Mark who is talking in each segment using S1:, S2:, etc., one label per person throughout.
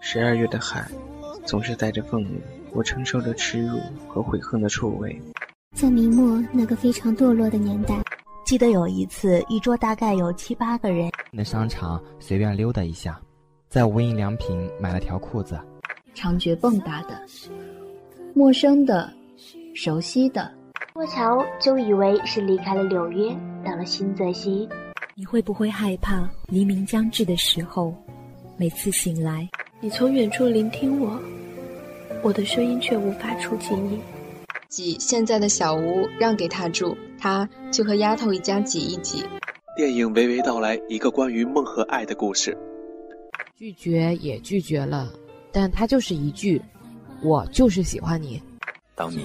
S1: 十二月的海，总是带着愤怒。我承受着耻辱和悔恨的臭味。
S2: 在明末那个非常堕落的年代，
S3: 记得有一次，一桌大概有七八个人，
S4: 的商场随便溜达一下，在无印良品买了条裤子。
S5: 常觉蹦跶的，陌生的，熟悉的。
S6: 过桥就以为是离开了纽约，到了新泽西。
S7: 你会不会害怕黎明将至的时候？每次醒来，
S8: 你从远处聆听我，我的声音却无法触及你。
S9: 挤现在的小屋让给他住，他去和丫头一家挤一挤。
S10: 电影娓娓道来一个关于梦和爱的故事。
S11: 拒绝也拒绝了，但他就是一句：“我就是喜欢你。”
S12: 当你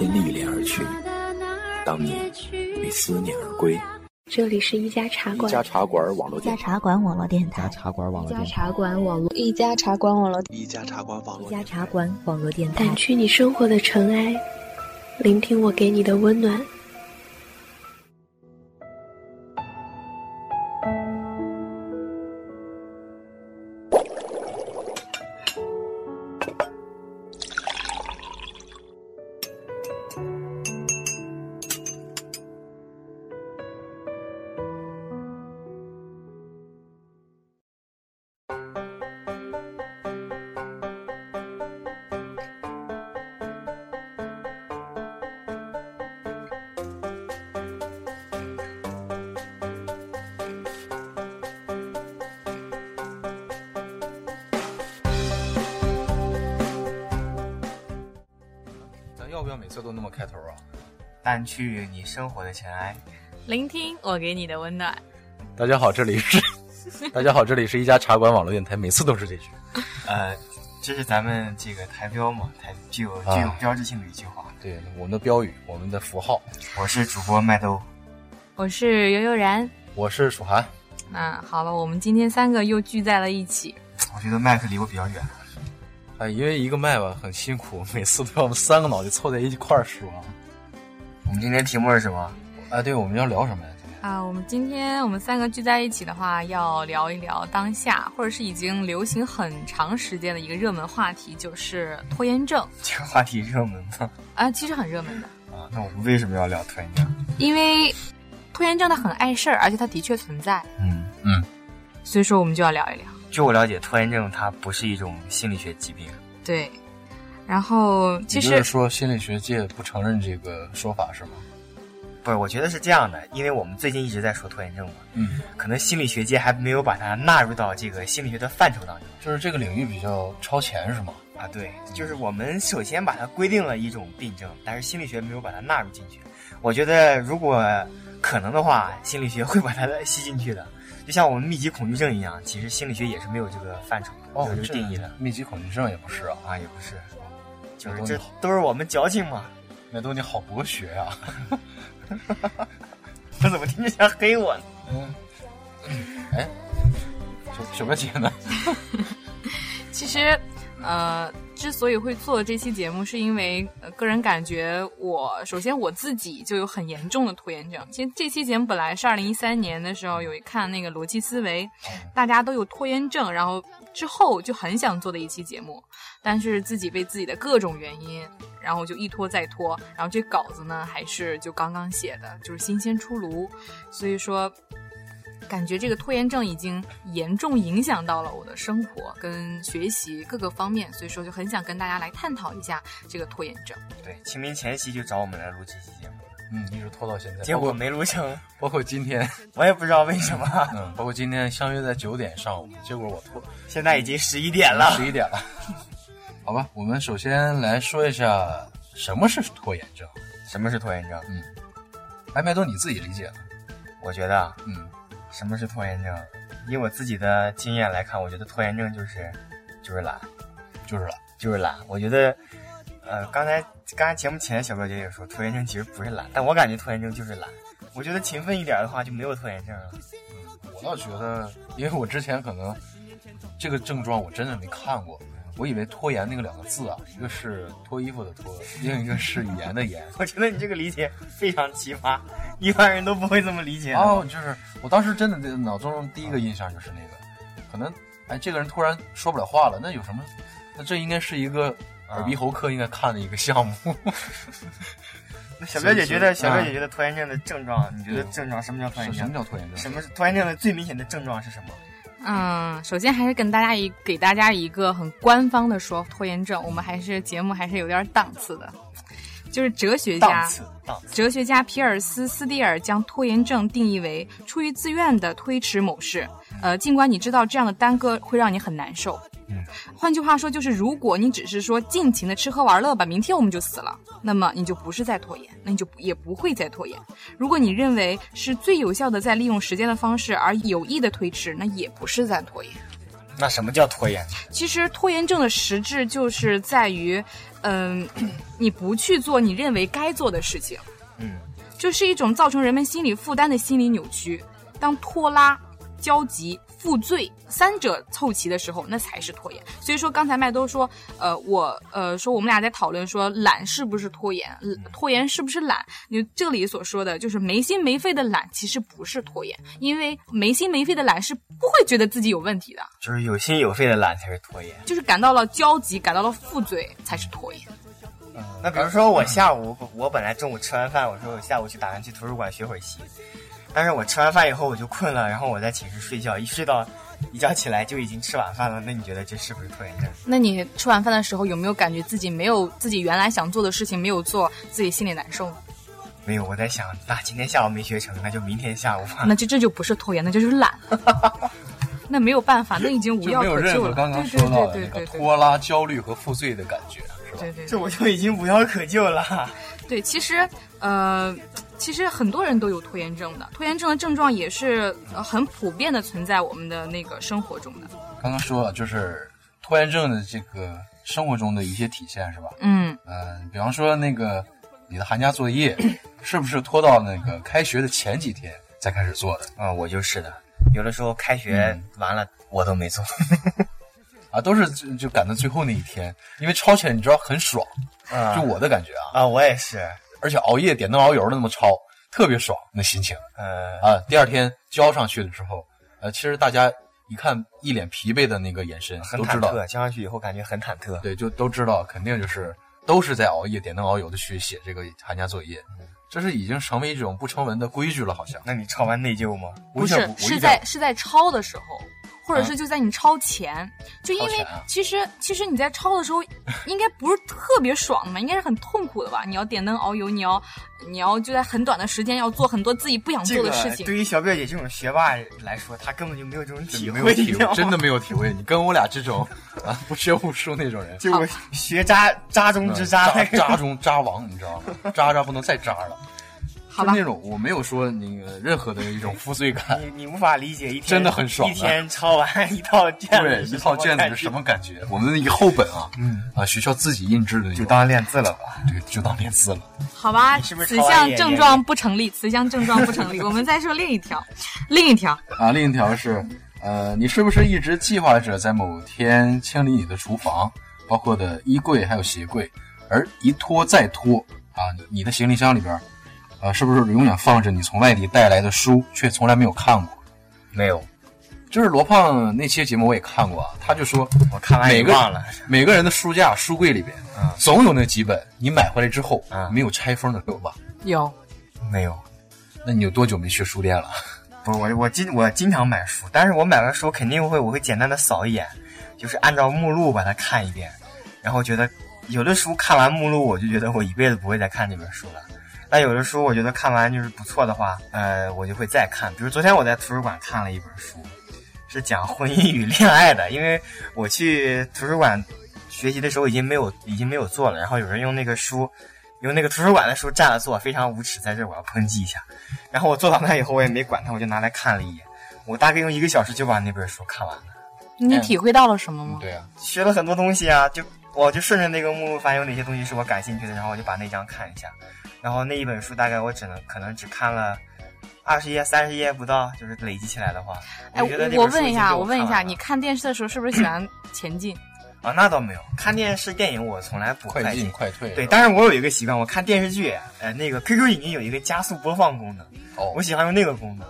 S12: 因历练而去，当你为思念而归。
S8: 这里是一家茶馆，
S12: 一家茶馆网络，
S3: 一家茶馆网络电台，
S4: 一家茶馆网络，
S5: 一家茶馆网络，
S9: 一家茶馆网络，
S10: 一家茶馆网络，
S7: 一家茶馆网络电台。
S8: 掸去你生活的尘埃，聆听我给你的温暖。
S13: 要不要每次都那么开头啊？
S14: 掸去你生活的尘埃，
S15: 聆听我给你的温暖。
S13: 大家好，这里是大家好，这里是一家茶馆网络电台，每次都是这句。
S14: 呃，这是咱们这个台标嘛，台具有具有
S4: 嗯
S14: 标志性的一句话。
S13: 对，我们的标语，我们的符号。
S14: 我是主播麦兜，
S15: 我是悠悠然，
S13: 我是楚涵。
S15: 那好了，我们今天三个又聚在了一起。
S14: 我觉得麦克离我比较远。
S13: 哎，因为一个麦吧很辛苦，每次都要我们三个脑袋凑在一块儿说。
S14: 我们今天题目是什么？
S13: 哎，对，我们要聊什么呀？
S15: 啊，我们今天我们三个聚在一起的话，要聊一聊当下，或者是已经流行很长时间的一个热门话题，就是拖延症。
S14: 这个话题热门吗？
S15: 啊，其实很热门的。
S14: 啊，那我们为什么要聊拖延症？
S15: 因为拖延症它很碍事儿，而且它的确存在。
S14: 嗯嗯，
S15: 所以说我们就要聊一聊。
S14: 据我了解，拖延症它不是一种心理学疾病。
S15: 对，然后其实
S13: 就是说心理学界不承认这个说法是吗？
S14: 不是，我觉得是这样的，因为我们最近一直在说拖延症嘛，
S13: 嗯，
S14: 可能心理学界还没有把它纳入到这个心理学的范畴当中，
S13: 就是这个领域比较超前是吗？
S14: 啊，对，就是我们首先把它规定了一种病症，但是心理学没有把它纳入进去。我觉得如果可能的话，心理学会把它 吸进去的。就像我们密集恐惧症一样，其实心理学也是没有这个范畴、
S13: 哦、
S14: 没有这个定义的。
S13: 密集恐惧症也不是啊，
S14: 啊也不是，就是这都是我们矫情嘛。
S13: 麦兜你好博学呀、
S14: 啊！我怎么听着像黑我呢？
S13: 嗯，哎，什什么节呢？
S15: 其实，呃，之所以会做这期节目，是因为、呃、个人感觉我，我首先我自己就有很严重的拖延症。其实这期节目本来是二零一三年的时候有一看那个逻辑思维，大家都有拖延症，然后之后就很想做的一期节目，但是自己被自己的各种原因，然后就一拖再拖，然后这稿子呢还是就刚刚写的，就是新鲜出炉，所以说。感觉这个拖延症已经严重影响到了我的生活跟学习各个方面，所以说就很想跟大家来探讨一下这个拖延症。
S14: 对，清明前夕就找我们来录这期节目，
S13: 嗯，一直拖到现在，
S14: 结果没录成，
S13: 包括今天，
S14: 我也不知道为什么。
S13: 嗯，包括今天相约在九点上午，结果我拖，
S14: 现在已经十一点了，
S13: 十一点了。 好吧，我们首先来说一下什么是拖延症，
S14: 什么是拖延症？
S13: 嗯，哎，麦兜你自己理解的，
S14: 我觉得，啊
S13: 嗯。
S14: 什么是拖延症？以我自己的经验来看，我觉得拖延症就是，就是懒，
S13: 就是懒，
S14: 就是懒。我觉得，呃，刚才刚才节目前小表姐也说，拖延症其实不是懒，但我感觉拖延症就是懒。我觉得勤奋一点的话就没有拖延症了。
S13: 嗯，我倒觉得，因为我之前可能这个症状我真的没看过，我以为拖延那个两个字啊，一个是脱衣服的脱，另一个是语言的言。
S14: 我觉得你这个理解非常奇葩，一般人都
S13: 哦
S14: 不会这么理解。
S13: 哦，就是。我当时真的脑中第一个印象就是那个，可能哎，这个人突然说不了话了，那有什么？那这应该是一个耳鼻喉科应该看的一个项 目。
S14: 那小表姐觉得，小表姐觉得拖延症的症状，你觉得症状什么叫拖延症？
S13: 什么叫拖延症？
S14: 什么是拖延症的最明显的症状是什么？
S15: 嗯，首先还是跟大家一给大家一个很官方的说，拖延症，我们还是节目还是有点档次的，就是哲学家，哲学家皮尔斯斯蒂尔将拖延症定义为出于自愿的推迟某事，呃，尽管你知道这样的耽搁会让你很难受。
S13: 嗯、
S15: 换句话说，就是如果你只是说尽情的吃喝玩乐吧，明天我们就死了，那么你就不是在拖延，那你就也不会再拖延。如果你认为是最有效的在利用时间的方式而有意的推迟，那也不是在拖延。
S14: 那什么叫拖延？
S15: 其实拖延症的实质就是在于，嗯、 呃，你不去做你认为该做的事情，
S14: 嗯，
S15: 就是一种造成人们心理负担的心理扭曲。当拖拉、焦急。负罪三者凑齐的时候，那才是拖延。所以说，刚才麦兜说，呃，我呃说我们俩在讨论说懒是不是拖延，呃拖延是不是懒？你这里所说的就是没心没肺的懒，其实不是拖延，因为没心没肺的懒是不会觉得自己有问题的，
S14: 就是有心有肺的懒才是拖延，
S15: 就是感到了焦急，感到了负罪才是拖延。
S14: 嗯、那比如说我下午，我本来中午吃完饭，我说我下午去打算去图书馆学会习。但是我吃完饭以后我就困了，然后我在寝室睡觉，一睡到一觉起来就已经吃晚饭了。那你觉得这是不是拖延症？
S15: 那你吃晚饭的时候有没有感觉自己没有自己原来想做的事情没有做，自己心里难受？
S14: 没有，我在想，那、啊、今天下午没学成，那就明天下午吧。
S15: 那这这就不是拖延，那就是懒。 那没有办法，那已经无药可救了。
S13: 刚刚说到的那个拖拉、焦虑和负罪的感觉，是吧？
S15: 对对，
S14: 这我就已经无药可救了。
S15: 对，其实呃。其实很多人都有拖延症的，拖延症的症状也是呃很普遍的存在我们的那个生活中的。
S13: 刚刚说了，就是拖延症的这个生活中的一些体现，是吧？
S15: 嗯
S13: 嗯、呃，比方说那个你的寒假作业 是不是拖到那个开学的前几天才开始做的？
S14: 啊、嗯，我就是的，有的时候开学完了、嗯、我都没做，
S13: 啊，都是就赶到最后那一天，因为抄起来你知道很爽，嗯、就我的感觉
S14: 啊。啊，我也是。
S13: 而且熬夜点灯熬油的那么抄，特别爽，那心情。
S14: 呃
S13: 啊，第二天交上去了之后，呃，其实大家一看一脸疲惫的那个眼神，
S14: 很
S13: 都知道
S14: 交上去以后感觉很忐忑。
S13: 对，就都知道，肯定就是都是在熬夜点灯熬油的去写这个寒假作业，嗯、这是已经成为一种不成文的规矩了，好像。
S14: 那你抄完内疚吗？
S15: 不是，是在是在抄的时候。或者是就在你抄前，啊、就因为其实、
S13: 嗯啊、
S15: 其实你在抄的时候，应该不是特别爽的嘛，应该是很痛苦的吧？你要点灯熬油，你要你要就在很短的时间要做很多自己不想做的事情。这
S14: 个、对于小表姐这种学霸来说，她根本就没有这种体
S13: 会，真的没有体会。你跟我俩这种 啊不学无术那种人，
S14: 就我学渣渣中之渣，
S13: 嗯、渣,渣中渣王，你知道吗？渣渣不能再渣了。
S15: 好吧，
S13: 那种我没有说那个任何的一种负罪 感，
S14: 你你无法理解一天
S13: 真的很爽、啊，
S14: 一天抄完一套卷
S13: 对一套卷子是什么感觉？我们一厚本啊，
S14: 嗯
S13: 啊，学校自己印制的，
S14: 就当练字了吧，
S13: 对，就当练字了。
S15: 好吧，
S14: 是不是
S15: 此项症状不成立，此项症状不 成立。我们再说另一条，另一条
S13: 啊，另一条是呃，你是不是一直计划着在某天清理你的厨房，包括的衣柜还有鞋柜，而一拖再拖啊，你的行李箱里边。啊，是不是永远放着你从外地带来的书，却从来没有看过？
S14: 没有，
S13: 就是罗胖那期节目我也看过，啊他就说，
S14: 我看完
S13: 每个
S14: 忘了，
S13: 每个人的书架、书柜里边，
S14: 嗯、
S13: 总有那几本你买回来之后、
S14: 嗯、
S13: 没有拆封的，有吧？
S15: 有，
S14: 没有？
S13: 那你有多久没去书店了？
S14: 不是我，我经我经常买书，但是我买完书肯定会，我会简单的扫一眼，就是按照目录把它看一遍，然后觉得有的书看完目录，我就觉得我一辈子不会再看这本书了。但有的书我觉得看完就是不错的话，呃，我就会再看。比如昨天我在图书馆看了一本书，是讲婚姻与恋爱的。因为我去图书馆学习的时候已经没有已经没有座了，然后有人用那个书，用那个图书馆的书占了座，非常无耻，在这我要抨击一下。然后我坐到那以后我也没管他，我就拿来看了一眼。我大概用一个小时就把那本书看完了。
S15: 你体会到了什么吗？
S13: 嗯、对啊，
S14: 学了很多东西啊，就我就顺着那个目录翻有哪些东西是我感兴趣的，然后我就把那张看一下。然后那一本书大概我只能可能只看了二十页三十页不到，就是累积起来的话，
S15: 哎，
S14: 我
S15: 问一下，
S14: 我
S15: 问一下，你看电视的时候是不是喜欢前进？
S14: 啊，那倒没有，看电视电影我从来不
S13: 快
S14: 进
S13: 快退。
S14: 对，但是我有一个习惯，我看电视剧，呃，那个 QQ 影音有一个加速播放功能，
S13: 哦，
S14: 我喜欢用那个功能。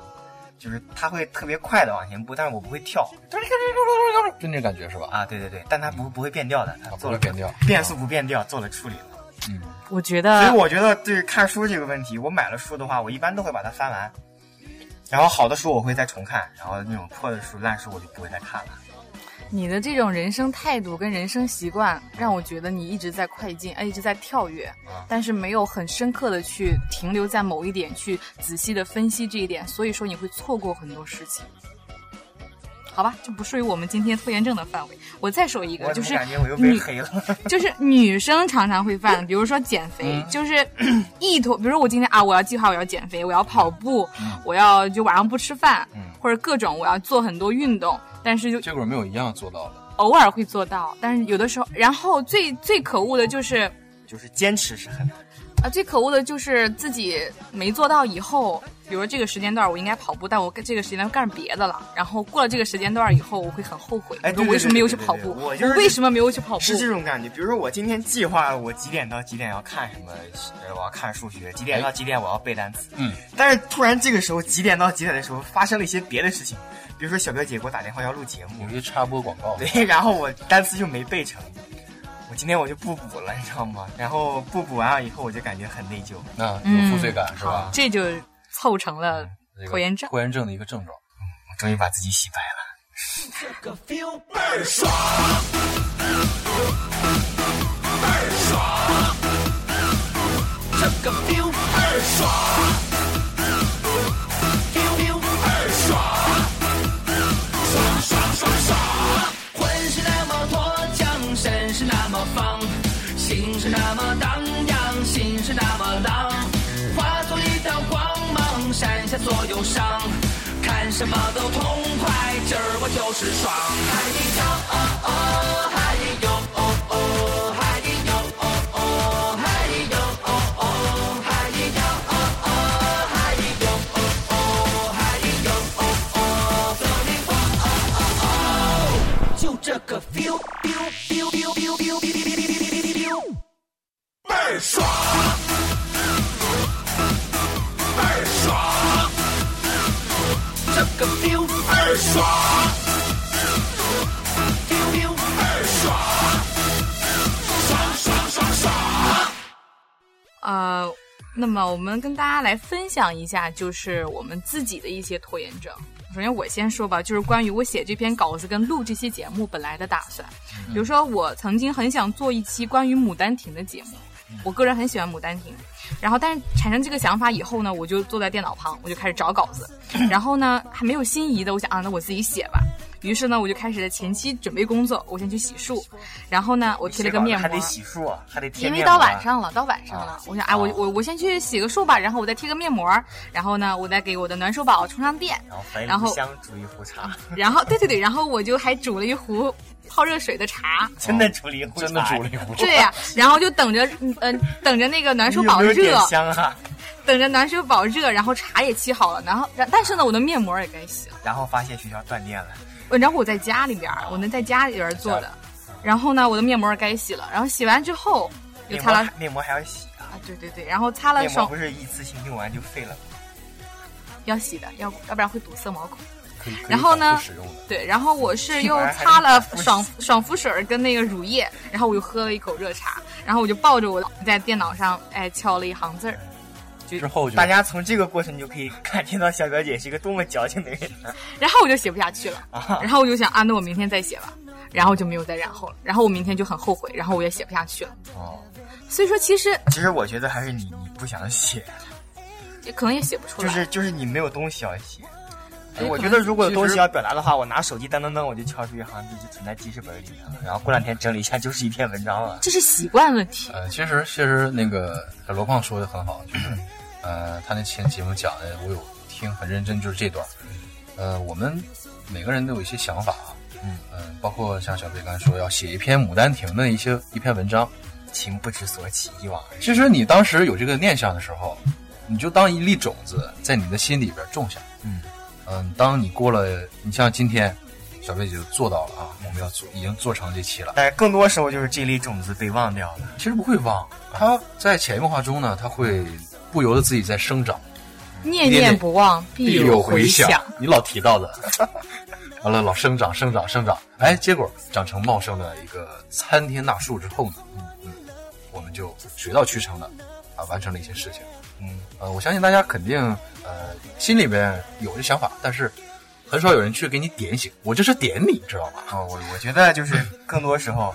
S14: 就是它会特别快的往前步，但是我不会跳，
S13: 就那感觉是吧？
S14: 啊，对对对，但它不不会变调的，它做了
S13: 啊变调，
S14: 变速不变调，做了处理了。
S13: 嗯，
S15: 我觉得，
S14: 所以我觉得对看书这个问题，我买了书的话，我一般都会把它翻完，然后好的书我会再重看，然后那种破的书、烂书我就不会再看了。
S15: 你的这种人生态度跟人生习惯，让我觉得你一直在快进，哎，一直在跳跃，
S14: 啊
S15: 但是没有很深刻的去停留在某一点，去仔细的分析这一点，所以说你会错过很多事情。好吧，这不属于我们今天拖延症的范围。我再说一个，就是
S14: 感觉我又被黑了。
S15: 就是女生常常会犯，比如说减肥，嗯、就是 意图，比如说我今天啊，我要计划我要减肥，我要跑步，嗯、我要就晚上不吃饭，嗯、或者各种我要做很多运动，但是就
S13: 结果没有一样做到的。
S15: 偶尔会做到，但是有的时候，然后最最可恶的就是
S14: 就是坚持是很难。
S15: 啊，最可恶的就是自己没做到以后，比如说这个时间段我应该跑步，但我这个时间段干别的了。然后过了这个时间段以后，我会很后悔，
S14: 哎，
S15: 我为什么没有去跑步？
S14: 我就是
S15: 为什么没有去跑步？
S14: 是这种感觉。比如说我今天计划了我几点到几点要看什么，呃，我要看数学，几点到几点我要背单词。
S13: 嗯。
S14: 但是突然这个时候几点到几点的时候发生了一些别的事情，比如说小表姐给我打电话要录节目，
S13: 有些插播广告。
S14: 对， 然后我单词就没背成。我今天我就不补了，你知道吗？然后不补完了以后，我就感觉很内疚，
S13: 啊，有负罪感、嗯、是吧？
S15: 这就凑成了拖延症，
S13: 拖延症的一个症状。
S14: 嗯，我终于把自己洗白了。这个 feel 倍儿爽，倍儿爽，这个 feel 倍儿爽，feel 倍儿爽，爽爽爽爽。身是那么放，心是那么荡漾，心是那么浪，化作一道光芒，闪下所有伤，看什么都痛快，今儿我就是爽。嗨哟哦哦，嗨哟哦哦，嗨哟哦哦，嗨哟哦哦，嗨哟哦哦，嗨哟哦哦，嗨哟哦哦，floating 光哦哦哦，就这个 feel。倍儿爽，倍儿爽，这个 feel 倍儿爽，feel feel 倍儿爽，爽爽爽爽。
S15: 呃，那么我们跟大家来分享一下，就是我们自己的一些拖延症。首先我先说吧，就是关于我写这篇稿子跟录这期节目本来的打算。
S14: 嗯
S15: 比如说，我曾经很想做一期关于《牡丹亭》的节目，
S14: 嗯
S15: 我个人很喜欢《牡丹亭》。然后，但是产生这个想法以后呢，我就坐在电脑旁，我就开始找稿子。然后呢，还没有心仪的，我想啊，那我自己写吧。于是呢，我就开始了前期准备工作。我先去洗漱，然后呢，我贴了个面膜。
S14: 还得洗漱、啊，还得贴、啊。
S15: 因为到晚上了，到晚上了，啊、我想，哎，我
S14: 哦
S15: 我我先去洗个漱吧，然后我再贴个面膜，然后呢，我再给我的暖手宝充上 电，然后嗯
S14: 香煮一壶茶。
S15: 然后对对对，然后我就还煮了一壶泡热水 的茶。
S14: 真的煮了一壶，
S13: 真的煮了一壶。
S15: 对呀，然后就等着，嗯、呃，等着那个暖手宝热。
S14: 香啊！
S15: 等着暖手宝热，然后茶也沏好了，然后然但是呢，我的面膜也该洗了。呃
S14: 然后发现学校断电了。
S15: 然后我在家里边，我能在家里边做的。然后呢，我的面膜该洗了。然后洗完之后，又擦了
S14: 面膜还要洗
S15: 啊？对对对，然后擦了手。
S14: 不是一次性用完就废了？
S15: 要洗的，要要不然会堵塞毛孔。
S13: 然
S15: 后呢？对，然后我是又擦了爽爽肤水跟那个乳液，然后我又喝了一口热茶，然后我就抱着我在电脑上哎敲了一行字儿。
S13: 之后，
S14: 大家从这个过程就可以 看见到小表姐是一个多么矫情的人。
S15: 然后我就写不下去了，然后我就想啊，那我明天再写吧，然后就没有再然后了。然后我明天就很后悔，然后我也写不下去了。
S14: 哦，
S15: 所以说其实
S14: 其实我觉得还是你你不想写，
S15: 也可能也写不出
S14: 来，就是就是你没有东西要写。我觉得如果有东西要表达的话，我拿手机噔噔噔，我就敲出一行字，就存在记事本里面了。然后过两天整理一下，就是一篇文章了。
S15: 这是习惯问题。
S13: 呃，其实其实那个呃罗胖说的很好，就是呃，他那期节目讲的，我有听很认真，就是这段。呃，我们每个人都有一些想法，嗯嗯、呃，包括像小贝刚才说要写一篇《牡丹亭》的一些一篇文章，
S14: 情不知所起，一往而
S13: 其实你当时有这个念想的时候，你就当一粒种子在你的心里边种下，
S14: 嗯。
S13: 嗯，当你过了，你像今天，小贝姐就做到了啊！我们要做，已经做成这期了。
S14: 但是更多时候就是这粒种子被忘掉了。
S13: 其实不会忘，它在潜移默化中呢，它会不由得自己在生长。
S15: 念念不忘，
S13: 必
S15: 有
S13: 回
S15: 响。
S13: 你老提到的， 完了老生长生长生长，哎，结果长成茂盛的一个参天大树之后呢，嗯嗯，我们就水到渠成的啊完成了一些事情。嗯呃，我相信大家肯定呃心里边有这想法，但是很少有人去给你点醒。我这是点你，知道吧？
S14: 啊、我我觉得就是更多时候，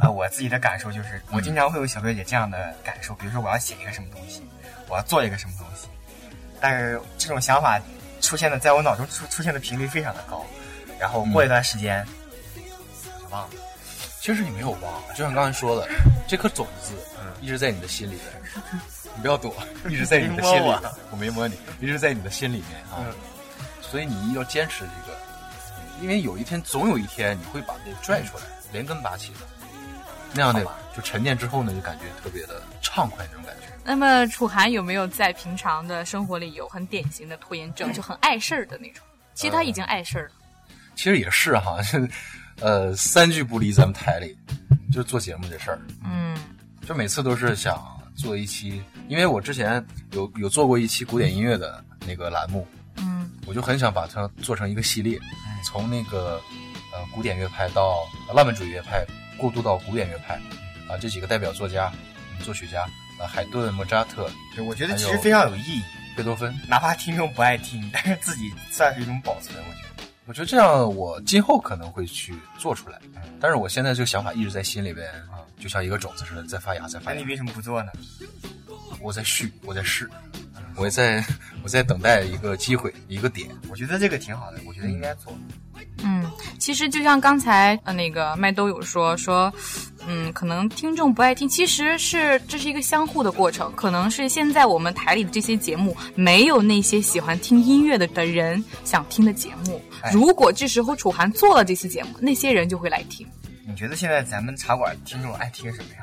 S14: 呃，我自己的感受就是，我经常会有小表姐这样的感受，比如说我要写一个什么东西，我要做一个什么东西，但是这种想法出现的在我脑中出出现的频率非常的高，然后过一段时间，我忘了。
S13: 其实你没有忘，啊就像刚才说的，这颗种子
S14: 嗯
S13: 一直在你的心里边，你不要躲，一直在你的心里
S14: 没
S13: 边
S14: 摸我。 嗯
S13: 我没摸你，一直在你的心里面啊。所以你要坚持这个，因为有一天，总有一天你会把这拽出来，
S14: 嗯
S13: 连根拔起的。那样的就沉淀之后呢，就感觉特别的畅快那种感觉。
S15: 那么楚涵有没有在平常的生活里有很典型的拖延症，就很碍事儿的那种？其实他已经碍事儿了。
S13: 其实也是哈， 呃，三句不离咱们台里，就是做节目这事儿。
S15: 嗯，
S13: 就每次都是想做一期，因为我之前有有做过一期古典音乐的那个栏目，
S15: 嗯，
S13: 我就很想把它做成一个系列，
S14: 嗯
S13: 从那个呃古典乐派到呃浪漫主义乐派，过渡到古典乐派，啊、这几个代表作家、嗯作曲家，啊、海顿、莫扎特，
S14: 对，哎我觉得其实非常有意义。
S13: 贝多芬，
S14: 哪怕听众不爱听， 但是自己算是一种保存，我觉得。
S13: 我觉得这样，我今后可能会去做出来，
S14: 嗯
S13: 但是我现在这个想法一直在心里边，就像一个种子似的在发芽，在发芽
S14: 那嗯哎你。为什么不做呢？
S13: 我在续，我在试，我在我在等待一个机会，一个点。
S14: 我觉得这个挺好的，我觉得应该做。
S15: 嗯，其实就像刚才呃那个麦兜有说说，嗯，可能听众不爱听，其实是这是一个相互的过程。可能是现在我们台里的这些节目没有那些喜欢听音乐的的人想听的节目
S14: 哎。
S15: 如果这时候楚涵做了这期节目，那些人就会来听
S14: 你觉得现在咱们茶馆听众爱听什么呀？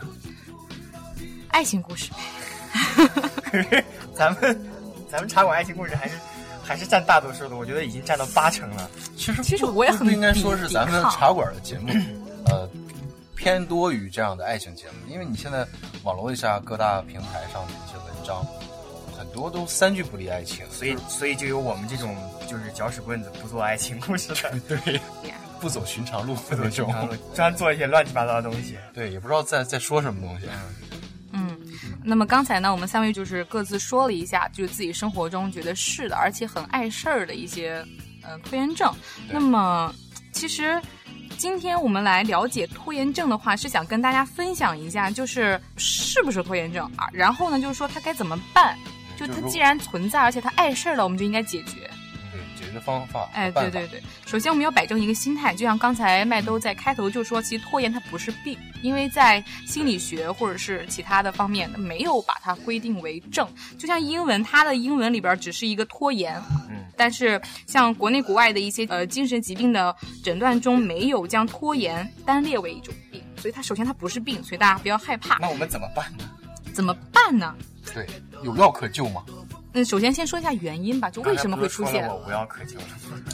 S15: 爱情故事。
S14: 咱们 咱们茶馆爱情故事还是还是占大多数的，我觉得已经占到八成了。
S13: 其实
S15: 其实我也很
S13: 不应该说是咱们
S15: 抵抗
S13: 茶馆的节目，呃，偏多于这样的爱情节目，因为你现在网络一下各大平台上的一些文章，很多都三句不离爱情，
S14: 所以所以就有我们这种就是搅屎棍子不做爱情故事的， 对，
S13: 不走寻常路
S14: 不走寻常路
S13: 那种，
S14: 专做一些乱七八糟的东西。
S13: 对，也不知道在在说什么东西。
S15: 嗯，那么刚才呢，我们三位就是各自说了一下，就是自己生活中觉得是的，而且很碍事儿的一些呃拖延症。那么其实今天我们来了解拖延症的话，是想跟大家分享一下，就是是不是拖延症啊？然后呢，就是说它该怎么办？就它
S13: 就是
S15: 既然存在，而且它碍事儿了，我们就应该解决。
S13: 对，解决方法。
S15: 哎，
S13: 办
S15: 对
S13: 法
S15: 对对，首先我们要摆正一个心态，就像刚才麦兜在开头就说，其实拖延它不是病，因为在心理学或者是其他的方面没有把它规定为症。就像英文，它的英文里边只是一个拖延，
S14: 嗯，
S15: 但是像国内国外的一些呃精神疾病的诊断中没有将拖延单列为一种病，所以它首先它不是病，所以大家不要害怕。
S14: 那我们怎么办呢？
S15: 怎么办呢？
S13: 对，有药可救吗？
S15: 嗯，首先先说一下原因吧，就为什么会出现
S14: 刚才不是说了我无药可救了。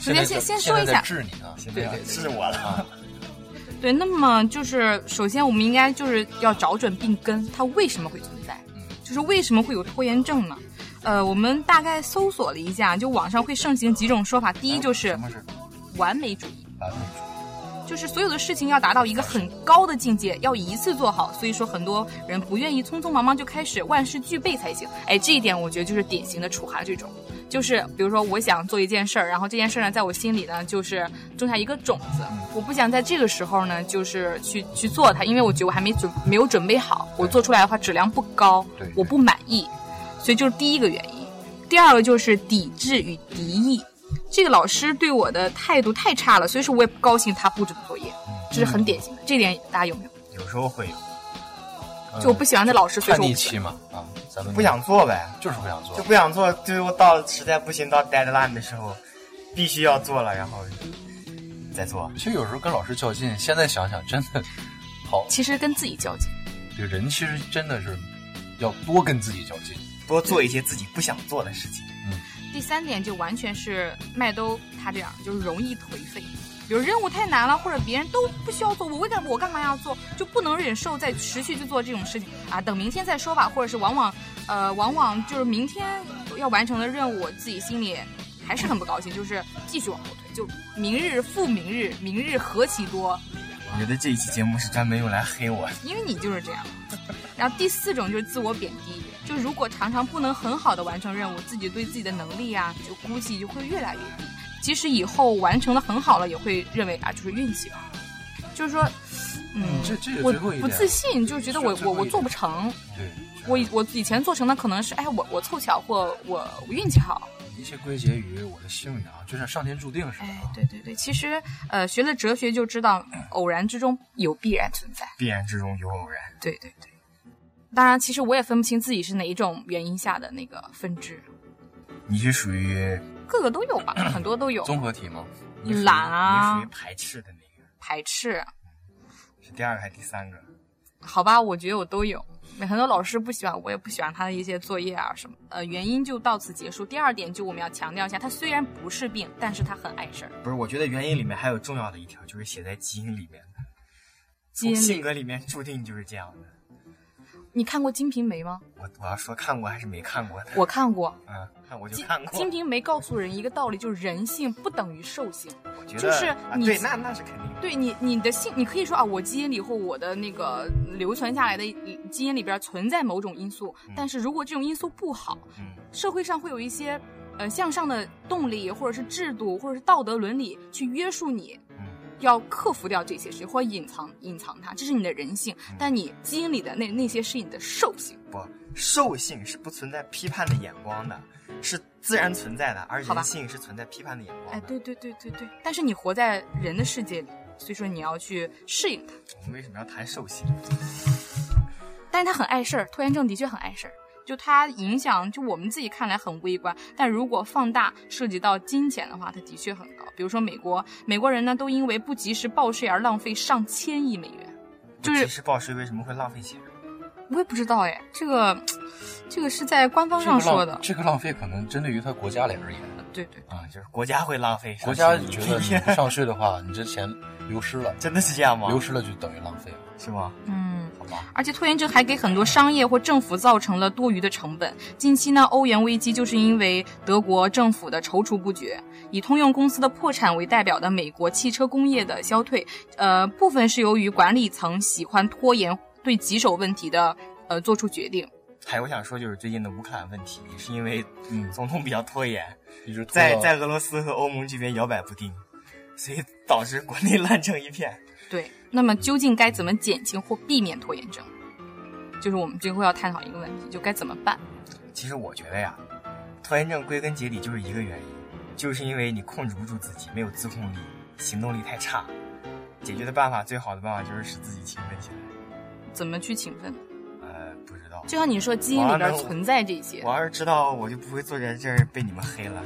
S15: 首先先先说一下
S13: 现在在治你啊，现
S14: 对
S13: 在
S14: 对，啊是我了。
S15: 对，那么就是首先我们应该就是要找准病根，它为什么会存在？就是为什么会有拖延症呢？呃，我们大概搜索了一下，就网上会盛行几种说法，第
S13: 哎
S15: 一就是完美主义，
S13: 完美
S15: 就是所有的事情要达到一个很高的境界，要一次做好，所以说很多人不愿意匆匆忙忙就开始万事俱备才行。哎，这一点我觉得就是典型的楚涵这种，就是比如说我想做一件事儿，然后这件事儿呢在我心里呢就是种下一个种子，我不想在这个时候呢就是去去做它，因为我觉得我还没准没有准备好，我做出来的话质量不高，我不满意，所以就是第一个原因。第二个就是抵制与敌意。这个老师对我的态度太差了，所以说我也不高兴他布置的作业，这是很典型的。这点大家有没有？
S14: 有时候会有，
S13: 嗯
S15: 就我不喜欢的老师，所
S13: 叛
S15: 以说
S13: 逆
S15: 我
S13: 期嘛，啊，咱们
S14: 不想做呗，
S13: 就是不想做
S14: 就。不想做，最后到实在不行到 deadline 的时候，必须要做了，然后再做。
S13: 其实有时候跟老师较劲，现在想想真的好，
S15: 其实跟自己较劲。
S13: 就人其实真的是要多跟自己较劲，
S14: 多做一些自己不想做的事情。
S15: 第三点就完全是麦兜他这样，就是容易颓废。比如任务太难了，或者别人都不需要做，我为干我干嘛要做？就不能忍受再持续去做这种事情啊！等明天再说吧，或者是往往，呃，往往就是明天要完成的任务，我自己心里还是很不高兴，就是继续往后推，就明日复明日，明日何其多。
S14: 我觉得这一期节目是专门用来黑我的。
S15: 因为你就是这样。 然后第四种就是自我贬低，就如果常常不能很好的完成任务，自己对自己的能力啊，就估计就会越来越低。即使以后完成的很好了，也会认为啊，就是运气吧。就是说，嗯，
S13: 这这是
S15: 我
S13: 最后一
S15: 不
S13: 点
S15: 自信，就是觉得我
S13: 是最
S15: 我
S13: 后一
S15: 我
S13: 点
S15: 做不成。
S13: 对，
S15: 我以我以前做成的可能是哎，我我凑巧或我我运气好。
S13: 一切归结于我的幸运啊，就像上天注定似的啊。
S15: 哎对对对，其实呃，学了哲学就知道，嗯偶然之中有必然存在。
S14: 必然之中有偶然。
S15: 对对对，当然，其实我也分不清自己是哪一种原因下的那个分支，
S14: 你是属于
S15: 各个都有 吧，很多都有。
S13: 综合体吗？
S14: 你属于
S15: 懒啊
S14: 你属于排斥的那个，
S15: 排斥，
S14: 是第二个还是第三个？
S15: 好吧，我觉得我都有。很多老师不喜欢，我也不喜欢他的一些作业啊什么。呃，原因就到此结束。第二点就我们要强调一下，他虽然不是病，但是他很碍事儿。
S14: 不是，我觉得原因里面还有重要的一条，就是写在基因里面的，
S15: 基因
S14: 从
S15: 里
S14: 性格里面注定就是这样的。
S15: 你看过《金瓶梅》吗？
S14: 我我要说看过还是没看过的？
S15: 我看过。
S14: 嗯，那我就
S15: 金
S14: 看过。
S15: 金瓶梅》告诉人一个道理，就是人性不等于兽性，
S14: 我觉得
S15: 就是
S14: 啊
S15: 你、
S14: 对，那那是肯定的。
S15: 对你你的性，你可以说啊，我基因里或我的那个流传下来的基因里边存在某种因素，但是如果这种因素不好，
S14: 嗯
S15: 社会上会有一些呃向上的动力，或者是制度，或者是道德伦理去约束你。要克服掉这些事，或者隐藏隐藏它，这是你的人性。但你基因里的那那些是你的兽性。
S14: 不，兽性是不存在批判的眼光的，是自然存在的，而
S15: 好吧
S14: 人性是存在批判的眼光。
S15: 哎，对对对对对。但是你活在人的世界里，所以说你要去适应它。
S14: 我们为什么要谈兽性？
S15: 但是他很碍事儿，拖延症的确很碍事儿。就它影响，就我们自己看来很微观，但如果放大涉及到金钱的话，它的确很高。比如说美国，美国人呢都因为不及时报税而浪费上千亿美元，
S14: 就是是报税为什么会浪费钱？
S15: 我也不知道哎，这个，这个是在官方上说的，
S13: 这个浪费可能针对于他国家来而言
S15: 对对
S13: 啊，就是
S14: 国家会浪费上
S13: 国家
S14: 千亿
S13: 觉得你不上税的话，你这钱流失了，
S14: 真的是这样吗？
S13: 流失了就等于浪费了，
S14: 是吗？
S15: 嗯，
S14: 好吧。
S15: 而且拖延症还给很多商业或政府造成了多余的成本。近期呢，欧元危机就是因为德国政府的踌躇不决。以通用公司的破产为代表的美国汽车工业的消退，呃，部分是由于管理层喜欢拖延对棘手问题的呃做出决定。
S14: 还我想说，就是最近的乌克兰问题，也是因为
S13: 嗯
S14: 嗯总统比较拖延，
S13: 一直
S14: 在
S13: 到
S14: 在俄罗斯和欧盟这边摇摆不定，所以导致国内 乱成一片。
S15: 对，那么究竟该怎么减轻或避免拖延症？就是我们最后要探讨一个问题，就该怎么办？
S14: 其实我觉得呀，拖延症归根结底就是一个原因，就是因为你控制不住自己，没有自控力，行动力太差。解决的办法，最好的办法就是使自己勤奋起来。
S15: 怎么去勤奋？
S14: 呃，不知道。
S15: 就像你说，基因里边存在这些。
S14: 我要是知道，我就不会坐在这儿被你们黑了。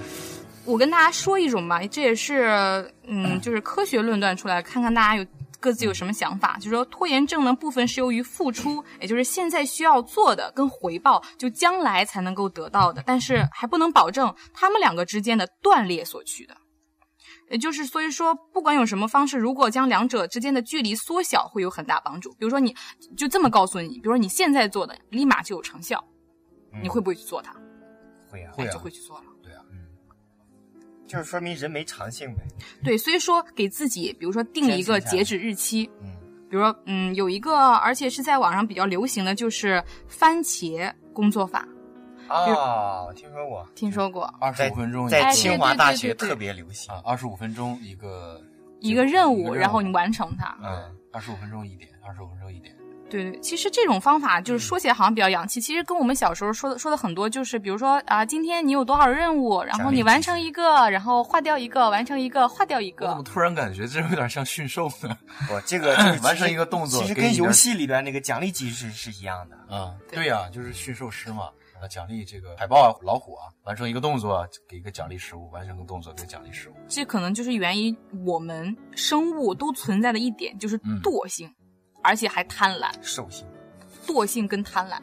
S15: 我跟大家说一种吧，这也是嗯，就是科学论断出来，看看大家有各自有什么想法。就说拖延症呢，部分是由于付出，也就是现在需要做的跟回报，就将来才能够得到的，但是还不能保证他们两个之间的断裂所趋的。也就是，所以说，不管用什么方式，如果将两者之间的距离缩小，会有很大帮助。比如说你，就这么告诉你，比如说你现在做的，立马就有成效，你会不会去做它？
S14: 嗯会呀、
S15: 哎就会去做了。
S14: 就是说明人没长性呗。
S15: 对，所以说给自己，比如说定一个
S14: 坚持一
S15: 截
S14: 下
S15: 止日期，比如说，嗯，有一个，而且是在网上比较流行的就是番茄工作法，
S14: 啊，我听说过。
S15: 听说过？
S13: 二十五分
S15: 哎
S13: 钟一
S14: 在
S13: 个
S14: 清华大学特别流行
S13: 啊，二十五分钟一个
S15: 一个任
S13: 一个
S15: 务，
S13: 任务
S15: 然后你完成它。
S13: 嗯，二十五分钟一点，二十五分钟一点，
S15: 对对，其实这种方法
S13: 嗯
S15: 就是说起来好像比较洋气，其实跟我们小时候说的说的很多，就是比如说啊，今天你有多少任务，然后
S13: 奖励
S15: 你完成一个，然后划掉一个，完成一个，划掉一
S13: 我怎
S15: 个
S13: 么。突然感觉这有点像驯兽呢？
S14: 我这个就是
S13: 完成一个动作，
S14: 其实
S13: 给
S14: 跟
S13: 你点
S14: 游戏里边那个奖励机制是一样的。
S13: 啊，对呀、就是驯兽师嘛，啊，奖励这个海豹啊、老虎啊，完成一个动作给一个奖励食物，完成个动作给奖励食物。
S15: 这可能就是源于我们生物都存在的一点，就是
S13: 嗯
S15: 惰性，而且还贪婪。
S14: 兽性。
S15: 惰性跟贪婪，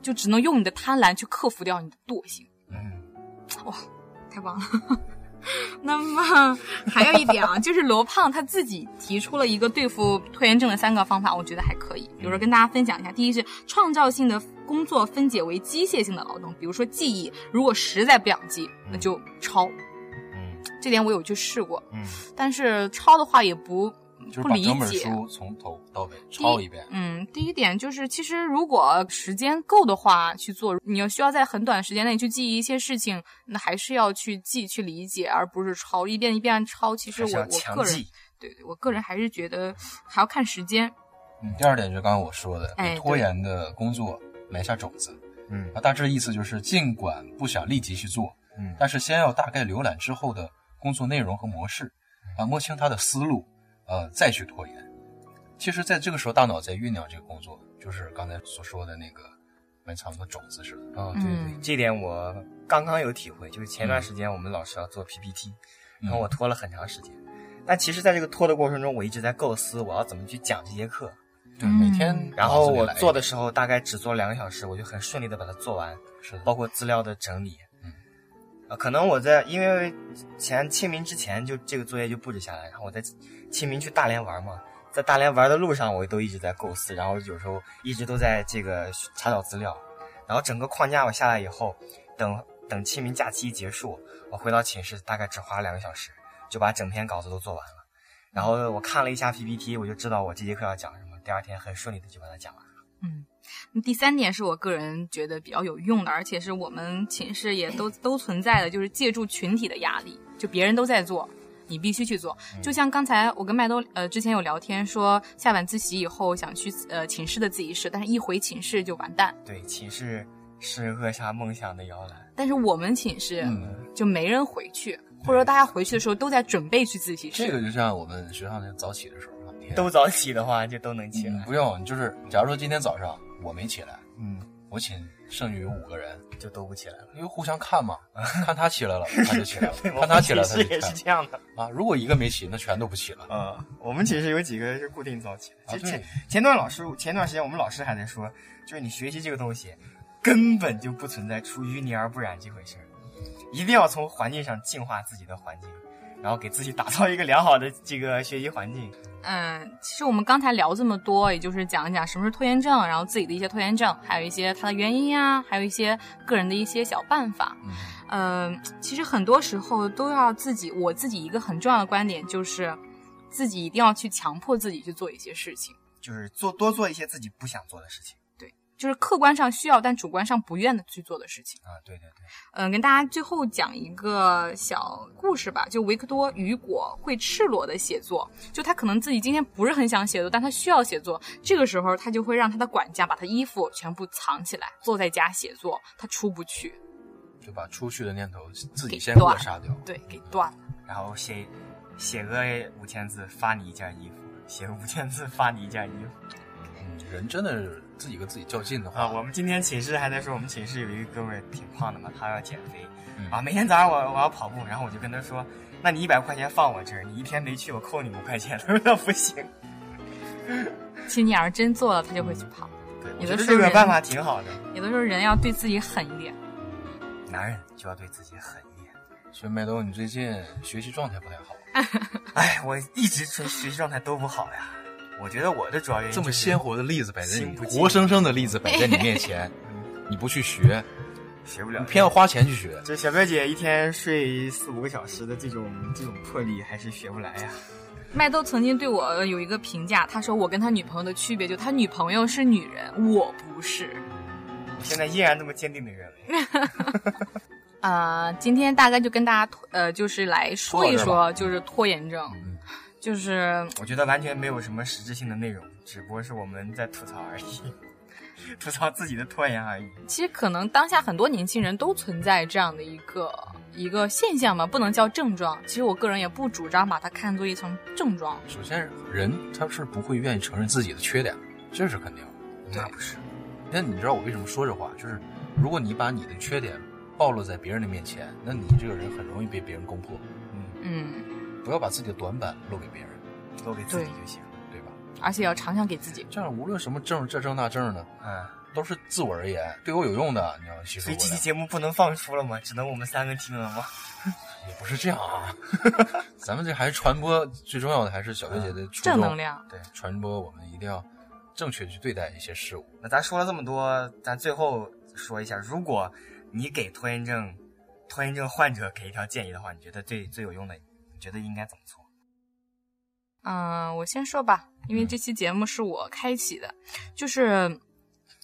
S15: 就只能用你的贪婪去克服掉你的惰性。
S14: 嗯，
S15: 哇，太棒了！ 那么还有一点 啊，就是罗胖他自己提出了
S13: 嗯
S15: 一个对付拖延症的三个方法，我觉得还可以。比如说跟大家分享一下，第一是创造性的工作分解为机械性的劳动，比如说记忆，如果实在不想记，那就抄。
S13: 嗯，
S15: 这点我有去试过，
S13: 嗯，
S15: 但是抄的话也不
S13: 就是
S15: 不
S13: 把
S15: 理
S13: 整本
S15: 解。
S13: 书从头到尾抄一遍。
S15: 嗯，第一点就是，其实如果时间够的话去做，你要需要在很短时间内去记忆一些事情，那还是要去记、去理解，而不是抄一遍一遍抄。其实
S13: 还是
S15: 我
S13: 要
S15: 我
S13: 强
S15: 个人
S13: 记，
S15: 对对，我个人还是觉得还要看时间。
S13: 嗯，第二点就是刚刚我说的，
S15: 哎
S13: 给拖延的工作埋下种子。
S14: 嗯，
S13: 啊，大致意思就是，尽管不想立即去做，
S14: 嗯，
S13: 但是先要大概浏览之后的工作内容和模式，啊，摸清他的思路，呃，再去拖延。其实，在这个时候，大脑在酝酿这个工作，就是刚才所说的那个埋藏的种子似的。
S14: 哦，对对，
S13: 嗯
S14: 这点我刚刚有体会，就是前段时间我们老师要做 PPT，、然
S13: 嗯
S14: 后我拖了很长时间。但其实，在这个拖的过程中，我一直在构思我要怎么去讲这节课。
S13: 对，每天
S14: 然
S13: 脑
S14: 后
S13: 子里
S14: 我
S13: 来
S14: 做的时候大概只做两个小时，我就很顺利的把它做完，
S13: 是
S14: 包括资料的整理。呃，可能我在因为前清明之前就这个作业就布置下来，然后我在清明去大连玩嘛，在大连玩的路上我都一直在构思，然后有时候一直都在这个查找资料，然后整个框架我下来以后，等等清明假期一结束，我回到寝室大概只花了两个小时就把整篇稿子都做完了，然后我看了一下 PPT，我就知道我这节课要讲什么，第二天很顺利的就把它讲完了。
S15: 嗯那第三点是我个人觉得比较有用的，而且是我们寝室也都都存在的，就是借助群体的压力，就别人都在做。你必须去做，
S13: 嗯
S15: 就像刚才我跟麦兜呃之前有聊天说，下晚自习以后想去呃寝室的自习室，但是一回寝室就完蛋。
S14: 对，寝室是扼杀梦想的摇篮。
S15: 但是我们寝室
S13: 嗯
S15: 就没人回去，或者说大家回去的时候都在准备去自习室。
S13: 这个就像我们学校那早起的时候，嗯
S14: 都早起的话就都能起
S13: 来。不用，就是假如说今天早上我没起来，
S14: 嗯，
S13: 我寝剩余有五个人，
S14: 就都不起来了，
S13: 因为互相看 嘛，看他起来了他就起来了
S14: 对， 我
S13: 看他起来
S14: 们
S13: 了
S14: 寝
S13: 他就起
S14: 室也
S13: 来
S14: 是
S13: 了
S14: 这样 的。
S13: 啊。如果一个没起，那全都不起了。
S14: 啊，我们寝室有几个是固定早起
S13: 啊
S14: 的。其实前
S13: 对
S14: 前段老师前段时间我们老师还在说，就是你学习这个东西根本就不存在出淤泥而不染这回事儿，一定要从环境上净化自己的环境，然后给自己打造一个良好的这个学习环境。
S15: 嗯，其实我们刚才聊这么多，也就是讲一讲什么是拖延症，然后自己的一些拖延症，还有一些它的原因呀、还有一些个人的一些小办法。嗯、其实很多时候都要自己，我自己一个很重要的观点就是，自己一定要去强迫自己去做一些事情，
S14: 就是做多做一些自己不想做的事情
S15: 就是客观上需要，但主观上不愿的去做的事情。
S14: 啊！对对对，
S15: 嗯，跟大家最后讲一个小故事吧，就维克多·雨果会赤裸的写作，就他可能自己今天不是很想写作，但他需要写作，这个时候他就会让他的管家把他衣服全部藏起来，坐在家写作，他出不去，
S13: 就把出去的念头自己
S15: 给
S13: 先
S15: 断
S13: 扼
S15: 了
S13: 杀掉。嗯
S15: 对，给断了。
S14: 然后写写个五千字发你一件衣服，写个五千字发你一件衣服。
S13: 嗯人真的是自己跟自己较劲的话，
S14: 啊，我们今天寝室还在说，我们寝室有一个哥们儿挺胖的嘛，他要减肥、
S13: 嗯
S14: 啊，每天早上我我要跑步，然后我就跟他说，那你一百块钱放我这儿，你一天没去我扣你五块钱。他 说那不行。
S15: 其实你要是真做了，他就会去跑。
S14: 我觉
S15: 有的
S14: 得
S15: 时候
S14: 这个
S15: 人
S14: 办法挺好的，
S15: 有的时候人要对自己狠一点。
S14: 男人就要对自己狠一点。
S13: 所以麦兜，你最近学习状态不太好，
S14: 哎，我一直学学习状态都不好呀。我觉得我的主要原因
S13: 这么
S14: 就是
S13: 鲜活的例子摆在
S14: 心
S13: 你，
S14: 不静
S13: 活生生的例子摆在你面 前，你不去学，
S14: 学不了
S13: 你偏要花钱去学。
S14: 这小表姐一天睡四五个小时的这种这种魄力还是学不来呀。
S15: 麦兜曾经对我有一个评价，他说我跟他女朋友的区别就他女朋友是女人，我不是。
S14: 我现在依然这么坚定的认为。
S15: 啊，今天大概就跟大家呃，就是来说一说，就是拖延症，
S13: 嗯
S15: 就是
S14: 我觉得完全没有什么实质性的内容，只不过是我们在吐槽而已， 吐槽自己的拖延而已。
S15: 其实可能当下很多年轻人都存在这样的一个一个现象吧，不能叫症状。其实我个人也不主张把它看作一层症状。
S13: 首先是人他是不会愿意承认自己的缺点，这是肯定的。
S14: 那不是。
S13: 那你知道我为什么说这话？就是如果你把你的缺点暴露在别人的面前，那你这个人很容易被别人攻破。
S15: 嗯，
S13: 不要把自己的短板露给别人，
S14: 露给
S15: 自己
S14: 就行，
S13: 对吧？
S15: 而且要常常给自己。
S13: 这样无论什么证，这证那证的，
S14: 嗯，
S13: 都是自我而言，对我有用的，你要吸收
S14: 所以
S13: 过
S14: 这期
S13: 来。
S14: 节目不能放出了吗？只能我们三个听了吗？
S13: 也不是这样啊， 咱们这还是传播最重要的，还是小学姐的初衷
S15: 正能量。
S13: 对，传播我们一定要正确去对待一些事物。
S14: 那咱说了这么多，咱最后说一下，如果你给拖延症拖延症患者给一条建议的话，你觉得最最有用的，你觉得应该怎么做？
S15: 嗯、呃，我先说吧，因为这期节目是我开启的，就是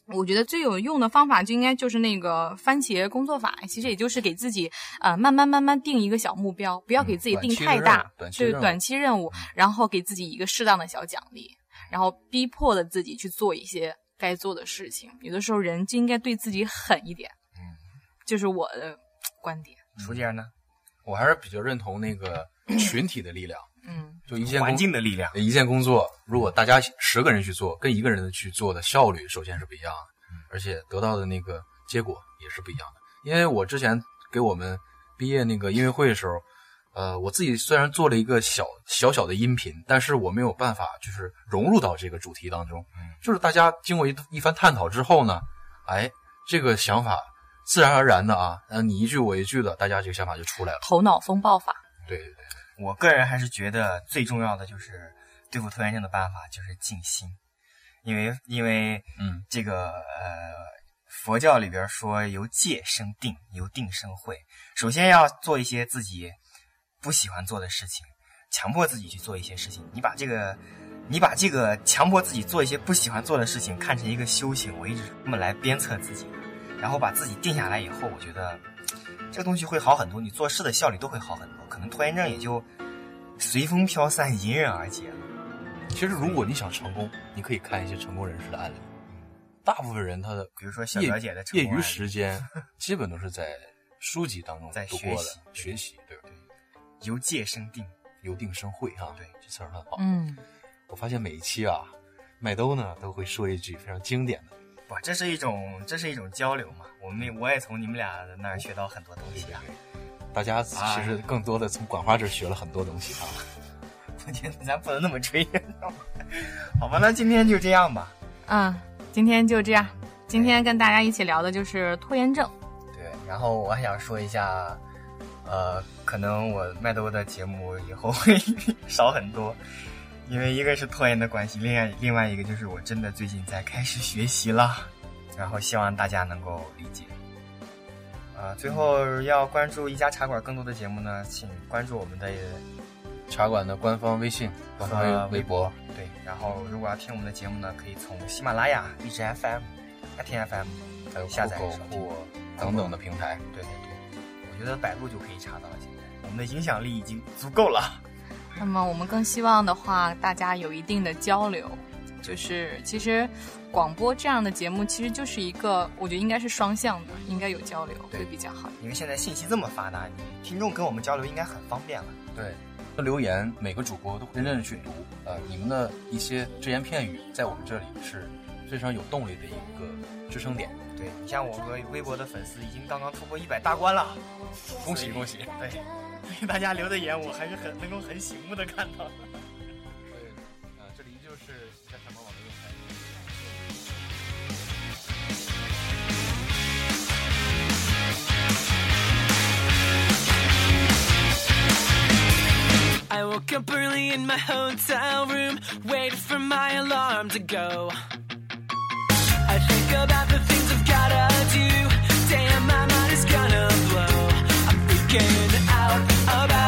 S15: 我觉得最有用的方法就应该就是那个番茄工作法，其实也就是给自己呃慢慢慢慢定一个小目标，不要给自己定太大，
S13: 嗯、短期嗯
S15: 对
S13: 短
S15: 期任务，然后给自己一个适当的小奖励，然后逼迫的自己去做一些该做的事情。有的时候人就应该对自己狠一点，
S13: 嗯，
S15: 就是我的观点。
S14: 楚姐呢，
S13: 我还是比较认同那个群体的力量。
S15: 嗯，
S13: 就一件
S14: 环境的力量，
S13: 一件工作，如果大家十个人去做，跟一个人去做的效率首先是不一样的，
S14: 嗯
S13: 而且得到的那个结果也是不一样的。因为我之前给我们毕业那个音乐会的时候，呃，我自己虽然做了一个小小小的音频，但是我没有办法就是融入到这个主题当中。
S14: 嗯，
S13: 就是大家经过一一番探讨之后呢，哎，这个想法自然而然的啊，呃，你一句我一句的，大家这个想法就出来了。
S15: 头脑风暴法。
S13: 对
S14: 嗯
S13: 对对。
S14: 我个人还是觉得最重要的就是对付拖延症的办法就是静心，因为因为
S13: 嗯，
S14: 这个呃佛教里边说由戒生定，由定生慧。首先要做一些自己不喜欢做的事情，强迫自己去做一些事情。你把这个你把这个强迫自己做一些不喜欢做的事情看成一个修行，我一直这么来鞭策自己，然后把自己定下来以后，我觉得。这个东西会好很多，你做事的效率都会好很多，可能拖延症也就随风飘散，迎刃而解了。
S13: 其实如果你想成功，你可以看一些成功人士的案例。大部分人他的，
S14: 比如说小表姐的成功
S13: 业
S14: 案例
S13: 余时间， 基本都是在书籍当中
S14: 在
S13: 度
S14: 学
S13: 过的
S14: 习，
S13: 学习，对不对？
S14: 由戒生定，
S13: 由定生慧哈，对，这词儿很好。
S15: 嗯，
S13: 我发现每一期啊，麦兜呢都会说一句非常经典的，
S14: 哇，这是一种这是一种交流嘛。我们我也从你们俩那儿学到很多东西啊。
S13: 大家其实更多的从管花这儿学了很多东西啊。
S14: 我觉得 咱不能那么吹，好吧？那今天就这样吧。
S15: 嗯，今天就这样。今天跟大家一起聊的就是拖延症。
S14: 对，然后我还想说一下，呃，可能我麦兜的节目以后会 少很多，因为一个是拖延的关系，另外另外一个就是我真的最近在开始学习了，然后希望大家能够理解。啊、最后要关注一家茶馆更多的节目呢，请关注我们的
S13: 茶馆的官方微信、官方
S14: 呃
S13: 微微博，
S14: 对，然后如果要听我们的节目呢，可以从喜马拉雅、荔枝 FM、爱听 FM
S13: 还有
S14: 下载
S13: 酷狗
S14: 收听
S13: 酷我等等的平台。
S14: 对对对，我觉得百度就可以查到了。现在我们的影响力已经足够了。
S15: 那么我们更希望的话，大家有一定的交流，就是其实广播这样的节目其实就是一个，我觉得应该是双向的，应该有交流会比较好。
S14: 因为现在信息这么发达，你听众跟我们交流应该很方便了。
S13: 对，留言每个主播都会认真的去读，呃，你们的一些只言片语在我们这里是非常有动力的一个支撑点。
S14: 对你像我们微博的粉丝已经刚刚突破一百大关了，
S13: 恭喜恭喜！
S14: 对， 所以大家留的言我还是很能够很醒目的看到。
S13: 呃，这里依旧是在什么网络电台。
S16: I woke up early in my hotel room, waited for my alarm to go. I think about the things I've gotta do. Damn, my mind is gonna blow. I'm freaking out about